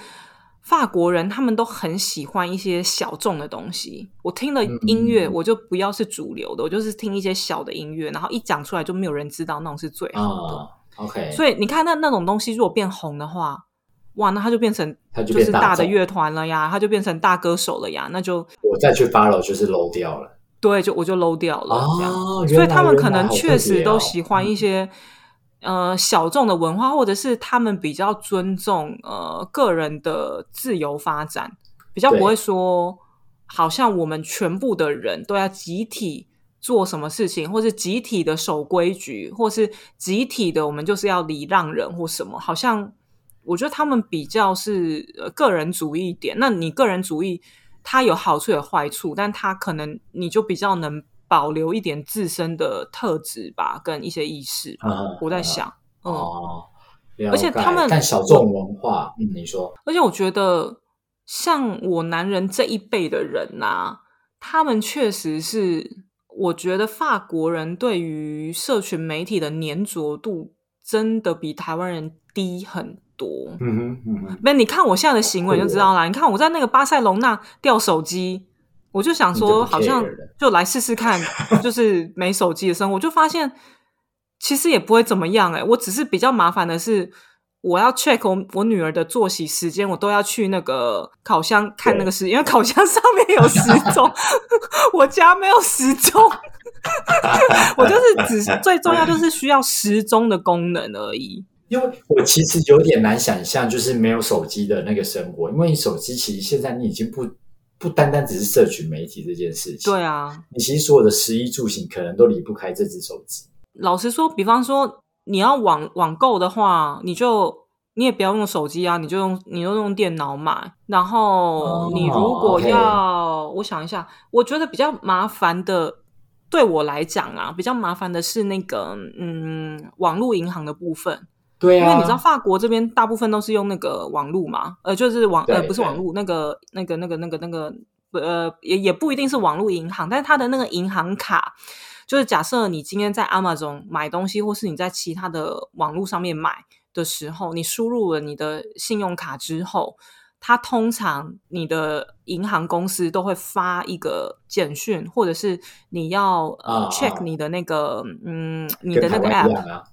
Speaker 1: 法国人他们都很喜欢一些小众的东西。我听了
Speaker 2: 嗯
Speaker 1: 音乐，
Speaker 2: 嗯嗯
Speaker 1: 我就不要是主流的，我就是听一些小的音乐，然后一讲出来就没有人知道，那种是最好的。
Speaker 2: 啊，OK，
Speaker 1: 所以你看那，那种东西如果变红的话，哇，那它就变成
Speaker 2: 他就
Speaker 1: 就
Speaker 2: 变
Speaker 1: 是大的
Speaker 2: 众
Speaker 1: 乐团了呀，他就变成大歌手了呀，那就
Speaker 2: 我再去 follow 就是 low 掉了。
Speaker 1: 对，就我就 low 掉了、这样。
Speaker 2: 哦，原
Speaker 1: 所
Speaker 2: 来
Speaker 1: 以他们可
Speaker 2: 原来
Speaker 1: 能
Speaker 2: 好
Speaker 1: 确
Speaker 2: 特
Speaker 1: 实
Speaker 2: 别
Speaker 1: 都
Speaker 2: 哦
Speaker 1: 喜欢一些、呃小众的文化，或者是他们比较尊重呃个人的自由发展，比较
Speaker 2: 对
Speaker 1: 不会说好像我们全部的人都要集体。做什么事情，或是集体的守规矩，或是集体的，我们就是要礼让人或什么，好像我觉得他们比较是呃个人主义一点。那你个人主义，它有好处有坏处，但它可能你就比较能保留一点自身的特质吧，跟一些意识吧。
Speaker 2: 嗯
Speaker 1: 我在想，嗯，
Speaker 2: 哦，了
Speaker 1: 而且他
Speaker 2: 解
Speaker 1: 们
Speaker 2: 但小众文化，嗯，你说
Speaker 1: 而且我觉得像我男人这一辈的人呐、他们确实是，我觉得法国人对于社群媒体的粘着度真的比台湾人低很多。
Speaker 2: 嗯哼嗯哼，
Speaker 1: 没，你看我现在的行
Speaker 2: 啊
Speaker 1: 为就知道啦。你看我在那个巴塞隆纳掉手机，我就想
Speaker 2: 你就
Speaker 1: 说，
Speaker 2: 不
Speaker 1: 好像
Speaker 2: care 了
Speaker 1: 就来试试 看，就是没手机的生活，我就发现其实也不会怎么样哎、我只是比较麻烦的是，我要 check 我我女儿的作息时间，我都要去那个烤箱看那个时，因为烤箱上面有时 钟，我家没有时钟。我就是只最重要就是需要时钟的功能而已。
Speaker 2: 因为我其实有点难想象，就是没有手机的那个生活，因为你手机其实现在你已经不不单单只是社群媒体这件事情，
Speaker 1: 对，啊，
Speaker 2: 你其实所有的食衣住行可能都离不开这只手机。
Speaker 1: 老实说，比方说你要网网购的话，你就你也不要用手机啊，你就用你就用电脑买。然后
Speaker 2: 哦
Speaker 1: 你如果
Speaker 2: OK
Speaker 1: 要我想一下，我觉得比较麻烦的，对我来讲啊，比较麻烦的是那个嗯网络银行的部分，
Speaker 2: 对
Speaker 1: 因
Speaker 2: 啊，
Speaker 1: 为你知道法国这边大部分都是用那个网络嘛，呃，就是网呃
Speaker 2: 对
Speaker 1: 不是网
Speaker 2: 对
Speaker 1: 络那个那个那个那个那个呃也也不一定是网络银行，但是它的那个银行卡，就是假设你今天在 Amazon 买东西，或是你在其他的网络上面买。的时候，你输入了你的信用卡之后，它通常你的银行公司都会发一个简讯，或者是你要呃
Speaker 2: 啊
Speaker 1: check 你的那个嗯你
Speaker 2: 跟
Speaker 1: 的
Speaker 2: 台
Speaker 1: 那个
Speaker 2: 湾
Speaker 1: app
Speaker 2: 一。样啊。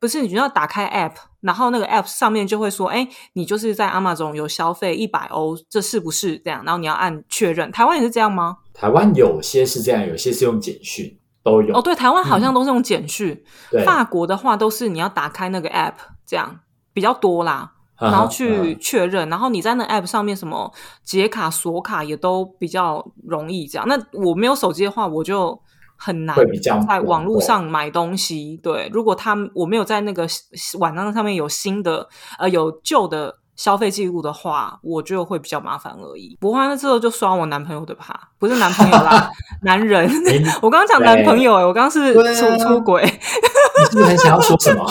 Speaker 1: 不是，你就要打开 App，然后那个 App 上面就会说，哎，你就是在 Amazon 有消费一百欧，这是不是这样？然后你要按确认。台湾也是这样吗？
Speaker 2: 台湾有些是这样，有些是用简讯，都有。
Speaker 1: 哦，对，台湾好像都是用简讯，
Speaker 2: 嗯对，
Speaker 1: 法国的话都是你要打开那个 App，这样比较多啦，
Speaker 2: 嗯哼
Speaker 1: 然后
Speaker 2: 嗯
Speaker 1: 去确认，然后你在那 App 上面什么解卡、锁卡也都比较容易这样。那我没有手机的话，我就很难
Speaker 2: 会比较
Speaker 1: 在网络
Speaker 2: 网购
Speaker 1: 上买东西。对，如果他们我没有在那个网站上面有新的呃有旧的消费记录的话，我就会比较麻烦而已。不过那之后就刷我男朋友的吧，不是男朋友 啦，男人。
Speaker 2: 你你
Speaker 1: 我刚刚讲男朋友、欸，我刚刚是
Speaker 2: 对
Speaker 1: 出、
Speaker 2: 啊
Speaker 1: 出轨，
Speaker 2: 是不是很想要说什么？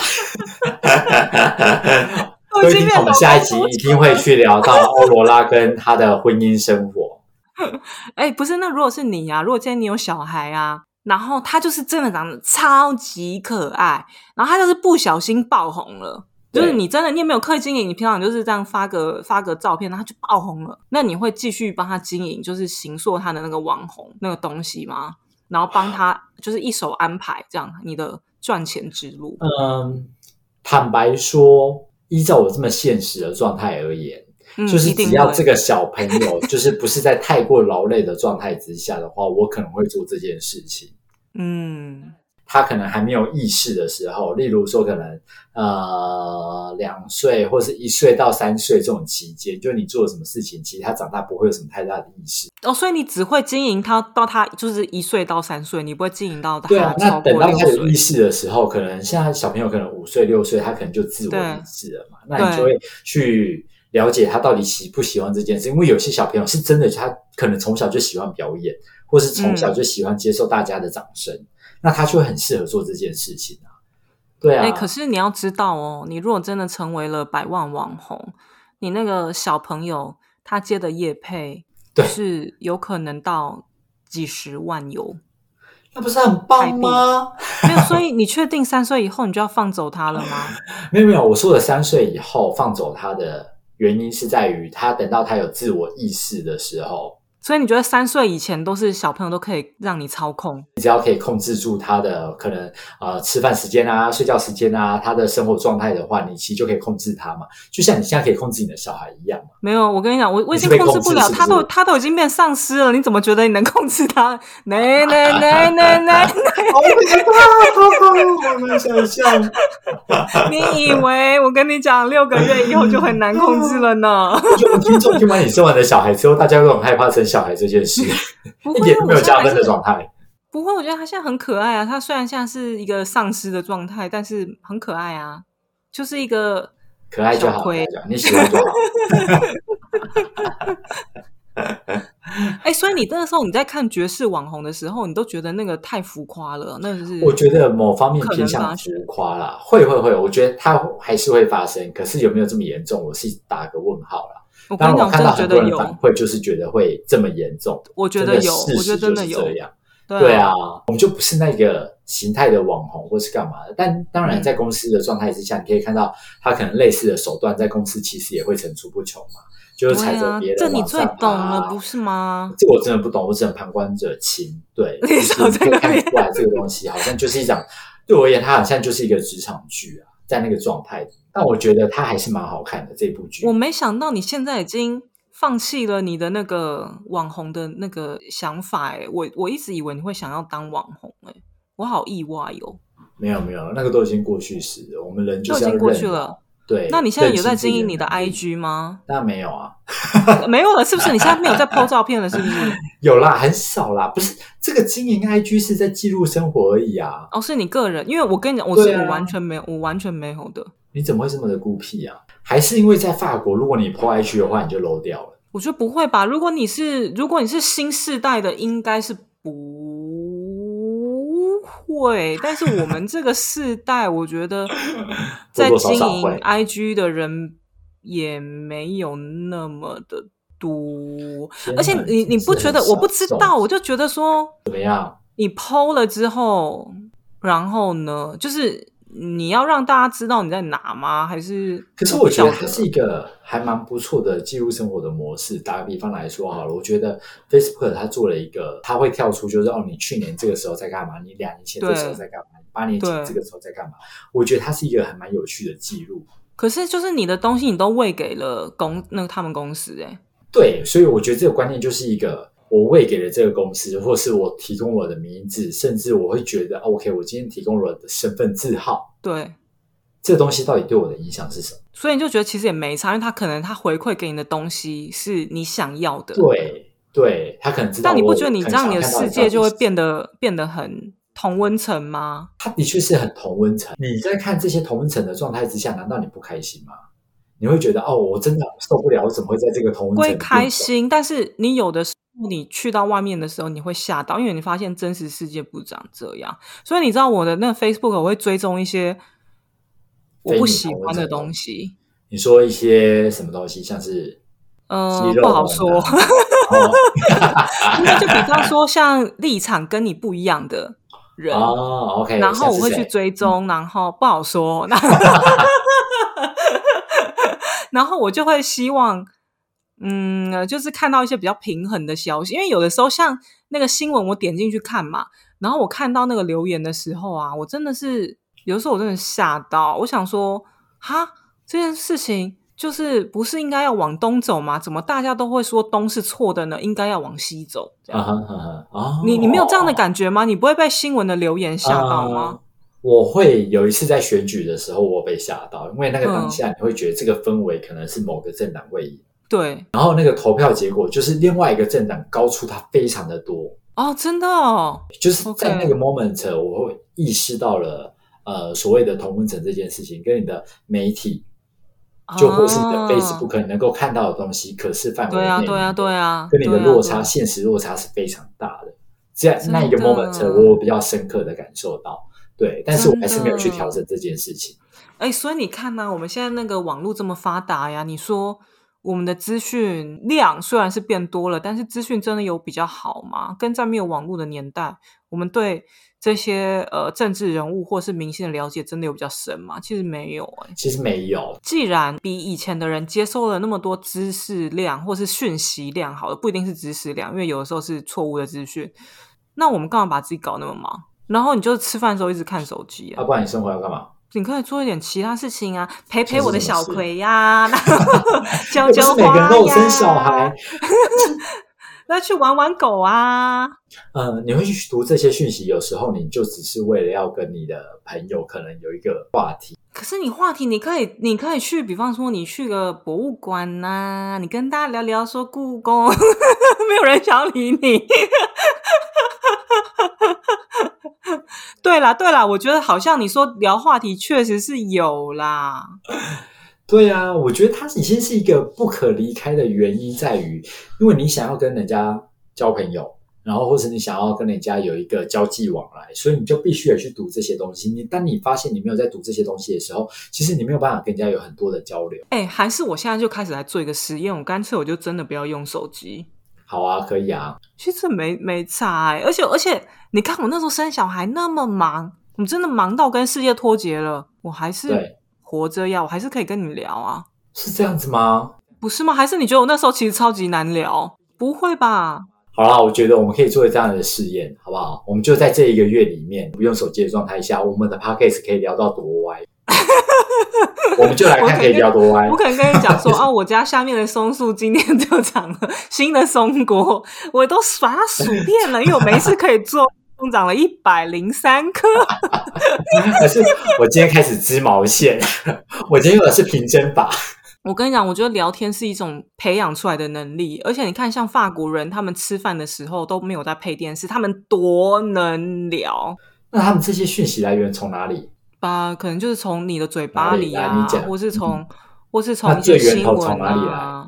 Speaker 1: 我
Speaker 2: 各
Speaker 1: 已
Speaker 2: 位
Speaker 1: 经
Speaker 2: 听
Speaker 1: 变
Speaker 2: 众，我们
Speaker 1: 老
Speaker 2: 下一
Speaker 1: 公
Speaker 2: 集
Speaker 1: 多
Speaker 2: 一
Speaker 1: 久
Speaker 2: 定会去聊到欧罗拉跟她的婚姻生活。
Speaker 1: 哎、不是，那如果是你啊，如果今天你有小孩啊，然后他就是真的长得超级可爱，然后他就是不小心爆红了。就是
Speaker 2: 对
Speaker 1: 你真的，你也没有刻意经营，你平常就是这样发个发个照片，然后他就爆红了。那你会继续帮他经营，就是行塑他的那个网红那个东西吗？然后帮他就是一手安排这样你的赚钱之路。
Speaker 2: 嗯，坦白说，依照我这么现实的状态而言，
Speaker 1: 嗯，
Speaker 2: 就是
Speaker 1: 一定
Speaker 2: 只要
Speaker 1: 会
Speaker 2: 这个小朋友就是不是在太过劳累的状态之下的话，我可能会做这件事情。
Speaker 1: 嗯
Speaker 2: 他可能还没有意识的时候，例如说可能呃两岁或是一岁到三岁这种期间，就你做了什么事情，其实他长大不会有什么太大的意识。
Speaker 1: 哦，所以你只会经营他到他就是一岁到三岁，你不会经营到他
Speaker 2: 对啊，那
Speaker 1: 超
Speaker 2: 等
Speaker 1: 过
Speaker 2: 到
Speaker 1: 六
Speaker 2: 他
Speaker 1: 岁。
Speaker 2: 有意识的时候，可能现在小朋友可能五岁六岁，他可能就自我
Speaker 1: 对
Speaker 2: 意识了嘛，那你
Speaker 1: 对
Speaker 2: 就会去了解他到底喜不喜欢这件事，因为有些小朋友是真的，他可能从小就喜欢表演，或是从小就喜欢接受大家的掌声，那他就会很适合做这件事情啊。对啊，
Speaker 1: 哎、可是你要知道哦，你如果真的成为了百万网红，你那个小朋友他接的业配，
Speaker 2: 对
Speaker 1: 是有可能到几十万有。
Speaker 2: 那不是很
Speaker 1: 太
Speaker 2: 棒
Speaker 1: 棒
Speaker 2: 吗？
Speaker 1: 没有，所以你确定三岁以后你就要放走他了吗？
Speaker 2: 没有没有，我说的三岁以后放走他的原因是在于他等到他有自我意识的时候，
Speaker 1: 所以你觉得三岁以前都是小朋友都可以让你操控？
Speaker 2: 你只要可以控制住他的可能呃吃饭时间啊、睡觉时间啊、他的生活状态的话，你其实就可以控制他嘛，就像你现在可以控制你的小孩一样嘛。
Speaker 1: 没有，我跟你讲，我我已
Speaker 2: 你是
Speaker 1: 经
Speaker 2: 被
Speaker 1: 控制
Speaker 2: 控制
Speaker 1: 不了，
Speaker 2: 是不
Speaker 1: 他都
Speaker 2: 是
Speaker 1: 他都已经变丧尸了，你怎么觉得你能控制他？没没没没没，
Speaker 2: 哦，我知道，我能想象。
Speaker 1: 你以为我跟你讲，六个月以后就很难控制了呢？
Speaker 2: 就听众听完你生完的小孩之后，大家都很害怕生小孩这件 事，
Speaker 1: 不
Speaker 2: 一
Speaker 1: 会
Speaker 2: 点
Speaker 1: 啊，
Speaker 2: 都
Speaker 1: 我
Speaker 2: 没有
Speaker 1: 现在
Speaker 2: 加
Speaker 1: 还
Speaker 2: 分
Speaker 1: 是
Speaker 2: 的状态。
Speaker 1: 不会，我觉得他现在很可爱啊。他虽然现在是一个丧尸的状态，但是很可爱啊，就是一个
Speaker 2: 可爱就
Speaker 1: 小
Speaker 2: 好，可
Speaker 1: 亏
Speaker 2: 爱就好，你喜欢就好。
Speaker 1: 哎。所以你那个时候你在看爵士网红的时候，你都觉得那个太浮夸了，那就是
Speaker 2: 我觉得某方面
Speaker 1: 嗯可能
Speaker 2: 偏向
Speaker 1: 发
Speaker 2: 浮
Speaker 1: 生
Speaker 2: 夸啦，会会会，我觉得它还是会发生，可是有没有这么严重，我是打个问号啦。
Speaker 1: 我跟
Speaker 2: 当
Speaker 1: 你
Speaker 2: 然，
Speaker 1: 讲，我
Speaker 2: 我看
Speaker 1: 真
Speaker 2: 到
Speaker 1: 的觉
Speaker 2: 很多
Speaker 1: 得
Speaker 2: 人反
Speaker 1: 有，
Speaker 2: 馈就是觉得会这么严重，
Speaker 1: 我觉
Speaker 2: 真
Speaker 1: 得
Speaker 2: 的
Speaker 1: 有，
Speaker 2: 事
Speaker 1: 我觉
Speaker 2: 实
Speaker 1: 得真
Speaker 2: 就
Speaker 1: 的
Speaker 2: 是
Speaker 1: 有嗯
Speaker 2: 这，样。
Speaker 1: 对
Speaker 2: 对啊，我们就不是那个形态的网红或是干嘛的，但当然
Speaker 1: 嗯
Speaker 2: 在公司的状态之下，你可以看到他可能类似的手段在公司其实也会层出不穷嘛，就是
Speaker 1: 对
Speaker 2: 踩着
Speaker 1: 啊
Speaker 2: 别，
Speaker 1: 这
Speaker 2: 人
Speaker 1: 你
Speaker 2: 往
Speaker 1: 最
Speaker 2: 上
Speaker 1: 懂
Speaker 2: 爬
Speaker 1: 了，
Speaker 2: 啊
Speaker 1: 不是吗？
Speaker 2: 这个我真的不懂，我只能旁观者清。对，
Speaker 1: 你
Speaker 2: 就是
Speaker 1: 少在
Speaker 2: 就
Speaker 1: 那
Speaker 2: 看
Speaker 1: 边
Speaker 2: 出来这个东西好像就是一场，对我而言，它好像就是一个职场剧啊，在那个状态。但我觉得它还是蛮好看的这部剧
Speaker 1: 我。没想到你现在已经放弃了你的那个网红的那个想法、欸，我我一直以为你会想要当网红、欸，我好意外哟、
Speaker 2: 没有没有，那个都已经过去式了，我们人就
Speaker 1: 都已
Speaker 2: 是要
Speaker 1: 经
Speaker 2: 认。
Speaker 1: 过去了。
Speaker 2: 对，
Speaker 1: 那你现在有在经营你的
Speaker 2: 认清自己能力
Speaker 1: IG 吗？
Speaker 2: 那没有啊，
Speaker 1: 没有了，是不是？你现在没有在 PO 照片了， 是不是？
Speaker 2: 有啦，很少啦。不是这个经营 IG 是在记录生活而已啊，
Speaker 1: 哦，是你个人，因为我跟你讲，我是、
Speaker 2: 对啊
Speaker 1: 我完全没有，我完全没有的。
Speaker 2: 你怎么会这么的孤僻啊？还是因为在法国，如果你 po IG 的话，你就 low 掉了。
Speaker 1: 我觉得不会吧？如果你是如果你是新世代的，应该是不会。但是我们这个世代，我觉 得在
Speaker 2: 多多
Speaker 1: 经
Speaker 2: 少少
Speaker 1: 营
Speaker 2: 会
Speaker 1: IG 的人也没有那么的多，
Speaker 2: 天哪
Speaker 1: 而且你
Speaker 2: 真的
Speaker 1: 你不
Speaker 2: 是
Speaker 1: 觉得？
Speaker 2: 很
Speaker 1: 我不
Speaker 2: 少
Speaker 1: 知
Speaker 2: 这种
Speaker 1: 道，我就觉得说
Speaker 2: 怎么样？
Speaker 1: 你剖了之后，然后呢，就是你要让大家知道你在哪吗？还是？
Speaker 2: 可是我觉得
Speaker 1: 不晓
Speaker 2: 它是一个还蛮不错的记录生活的模式。打个比方来说好了，我觉得 Facebook 它做了一个，它会跳出就是哦，你去年这个时候在干嘛？你两年前这
Speaker 1: 对
Speaker 2: 个时候在干嘛？你八年前
Speaker 1: 对
Speaker 2: 这个时候在干嘛？我觉得它是一个还蛮有趣的记录。
Speaker 1: 可是就是你的东西你都喂给了公那个他们公司、欸，哎，
Speaker 2: 对，所以我觉得这个观念就是一个我喂给了这个公司，或是我提供我的名字，甚至我会觉得 OK，我今天提供了我的身份字号，
Speaker 1: 对，
Speaker 2: 这东西到底对我的影响是什么？
Speaker 1: 所以你就觉得其实也没差，因为他可能他回馈给你的东西是你想要的，。
Speaker 2: 对，对他可能知道我，
Speaker 1: 但你不觉得你这样
Speaker 2: 很想
Speaker 1: 你的
Speaker 2: 看到
Speaker 1: 世界就会
Speaker 2: 到底是
Speaker 1: 变得变得很同温层吗？
Speaker 2: 它的确是很同温层。你在看这些同温层的状态之下，难道你不开心吗？你会觉得哦，我真的受不了，我怎么会在这个同温层
Speaker 1: 会
Speaker 2: 里面
Speaker 1: 开心，但是你有的时候你去到外面的时候，你会吓到，因为你发现真实世界不长这样。所以你知道我的那个 Facebook 我会追踪一些我不喜欢的东西，
Speaker 2: 你说一些什么东西，像是
Speaker 1: 呃
Speaker 2: 肌，肉
Speaker 1: 不好
Speaker 2: 男
Speaker 1: 说，
Speaker 2: 啊哦
Speaker 1: 因为就比方说像立场跟你不一样的人，
Speaker 2: 哦，OK，
Speaker 1: 然后
Speaker 2: 像是
Speaker 1: 我会去
Speaker 2: 谁
Speaker 1: 追踪，然后不好说， 然后然后我就会希望，嗯，呃就是看到一些比较平衡的消息，因为有的时候像那个新闻，我点进去看嘛，然后我看到那个留言的时候啊，我真的是有的时候我真的吓到，我想说，哈，这件事情。就是不是应该要往东走吗？怎么大家都会说东是错的呢？应该要往西走。这样
Speaker 2: 啊哈啊哈哦，
Speaker 1: 你你没有这样的感觉吗？你不会被新闻的留言吓到吗？
Speaker 2: 呃我会有一次在选举的时候，我被吓到，因为那个
Speaker 1: 嗯
Speaker 2: 当下你会觉得这个氛围可能是某个政党会赢，
Speaker 1: 对，
Speaker 2: 然后那个投票结果就是另外一个政党高出它非常的多，
Speaker 1: 哦，真的哦，
Speaker 2: 就是在
Speaker 1: OK
Speaker 2: 那个 moment 我会意识到了呃所谓的同温层这件事情，跟你的媒体就或是你的
Speaker 1: 啊
Speaker 2: Facebook 能够看到的东西，可视范围
Speaker 1: 对啊，
Speaker 2: 内
Speaker 1: 对啊，对啊，
Speaker 2: 跟你的
Speaker 1: 对啊
Speaker 2: 落差，
Speaker 1: 对啊
Speaker 2: 现实落差是非常大的。在
Speaker 1: 真的
Speaker 2: 那一个 moment，我有比较深刻的感受到，对，但是我还是没有去调整这件事情。
Speaker 1: 哎，所以你看呢、我们现在那个网络这么发达呀，你说我们的资讯量虽然是变多了，但是资讯真的有比较好吗？跟在没有网络的年代，我们对这些呃政治人物或是明星的了解真的有比较深吗？其实没有哎、
Speaker 2: 其实没有，
Speaker 1: 既然比以前的人接受了那么多知识量或是讯息量，好了，不一定是知识量，因为有的时候是错误的资讯。那我们干嘛把自己搞那么忙？然后你就吃饭的时候一直看手机
Speaker 2: 要、
Speaker 1: 啊？
Speaker 2: 不然你生活要干嘛？
Speaker 1: 你可以做一点其他事情啊，陪陪
Speaker 2: 像是
Speaker 1: 我的
Speaker 2: 什么
Speaker 1: 小
Speaker 2: 事
Speaker 1: 葵呀、 然后浇
Speaker 2: 又不是
Speaker 1: 浇
Speaker 2: 每个人
Speaker 1: 花
Speaker 2: 都有
Speaker 1: 呀，
Speaker 2: 生小孩，
Speaker 1: 那去玩玩狗啊。
Speaker 2: 嗯，你会去读这些讯息，有时候你就只是为了要跟你的朋友可能有一个话题，
Speaker 1: 可是你话题，你可以，你可以去，比方说你去个博物馆呐、你跟大家聊聊说故宫， 没有人想理你。对啦，对啦，我觉得好像你说聊话题确实是有啦，
Speaker 2: 对啊，我觉得它已经是一个不可离开的原因，在于因为你想要跟人家交朋友，然后或者你想要跟人家有一个交际往来，所以你就必须得去读这些东西。你当你发现你没有在读这些东西的时候，其实你没有办法跟人家有很多的交流。
Speaker 1: 哎，还是我现在就开始来做一个实验，我干脆我就真的不要用手机。
Speaker 2: 好啊，可以啊，
Speaker 1: 其实没没差、欸，而且而且，你看我那时候生小孩那么忙，我真的忙到跟世界脱节了，我还是
Speaker 2: 对
Speaker 1: 活着呀，我还是可以跟你聊啊，
Speaker 2: 是这样子吗？
Speaker 1: 不是吗？还是你觉得我那时候其实超级难聊？不会吧？
Speaker 2: 好啦，我觉得我们可以做这样的试验，好不好？我们就在这一个月里面，不用手机的状态下，我们的 podcast 可以聊到多歪，我们就来看可以聊多歪
Speaker 1: 我。可能跟你讲说啊，我家下面的松树今天就长了新的松果，我都把它数遍了，因为我没事可以做，共长了一百零三颗。
Speaker 2: 可是我今天开始织毛线，我今天用的是平针法。
Speaker 1: 我跟你讲，我觉得聊天是一种培养出来的能力，而且你看，像法国人，他们吃饭的时候都没有在配电视，他们多能聊
Speaker 2: 那他们这些讯息来源从哪里？
Speaker 1: 吧？啊可能就是从你的嘴巴里
Speaker 2: 哪里来
Speaker 1: 啊
Speaker 2: 你，讲
Speaker 1: 或是从、
Speaker 2: 嗯
Speaker 1: 或是从
Speaker 2: 那
Speaker 1: 一些
Speaker 2: 最源
Speaker 1: 新
Speaker 2: 头
Speaker 1: 闻
Speaker 2: 从哪里
Speaker 1: 啊、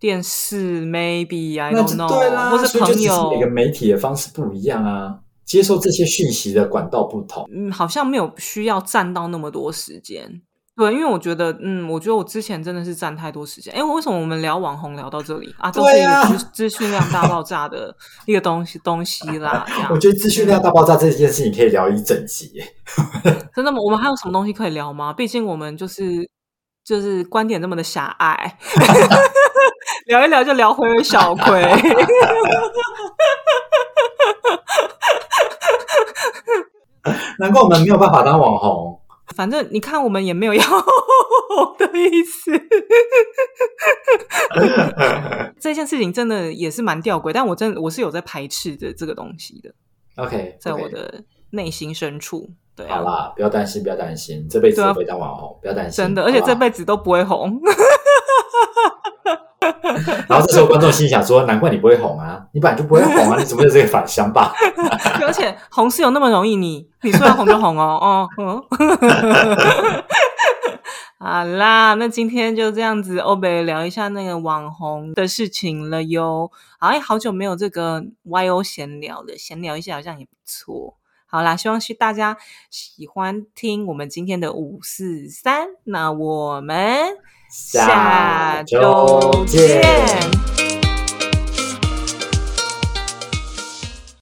Speaker 1: 电视，maybe I
Speaker 2: 那
Speaker 1: don't
Speaker 2: 就
Speaker 1: know，
Speaker 2: 对啦，
Speaker 1: 或是
Speaker 2: 所以就
Speaker 1: 朋
Speaker 2: 只是每个
Speaker 1: 友，
Speaker 2: 媒体的方式不一样啊，接受这些讯息的管道不同。
Speaker 1: 嗯，好像没有需要占到那么多时间。对，因为我觉得，嗯，我觉得我之前真的是占太多时间。哎，为什么我们聊网红聊到这里啊？都是
Speaker 2: 对
Speaker 1: 一
Speaker 2: 啊
Speaker 1: 个资资讯量大爆炸的一个东西东西啦。这 样
Speaker 2: 我觉得资讯量大爆炸这件事情可以聊一整集耶。
Speaker 1: 真的吗？我们还有什么东西可以聊吗？毕竟我们就是就是观点这么的狭隘， 聊一聊就聊回小葵。
Speaker 2: 难怪我们没有办法当网红。
Speaker 1: 反正你看，我们也没有要 的意思。 这件事情真的也是蛮吊诡，但我真的我是有在排斥的这个东西的，
Speaker 2: OK，
Speaker 1: 在我
Speaker 2: OK
Speaker 1: 的内心深处。对
Speaker 2: 好
Speaker 1: 啊，
Speaker 2: 啦，不要担心，不要担心，这辈子
Speaker 1: 对啊
Speaker 2: 都不会当网红，不要担心。
Speaker 1: 真的，而且
Speaker 2: 好啦
Speaker 1: 这辈子都不会红。
Speaker 2: 然后这时候观众心里想说：难怪你不会红啊，你本来就不会红啊，你怎么有这个反乡吧？
Speaker 1: 而且红是有那么容易你，你说要红就红哦，哦，嗯， 好啦，那今天就这样子，欧北聊一下那个网红的事情了哟。好哎，好久没有这个 YO 闲聊了，闲聊一下好像也不错。好啦，希望是大家喜欢听我们今天的五四三，那我们
Speaker 2: 下周见。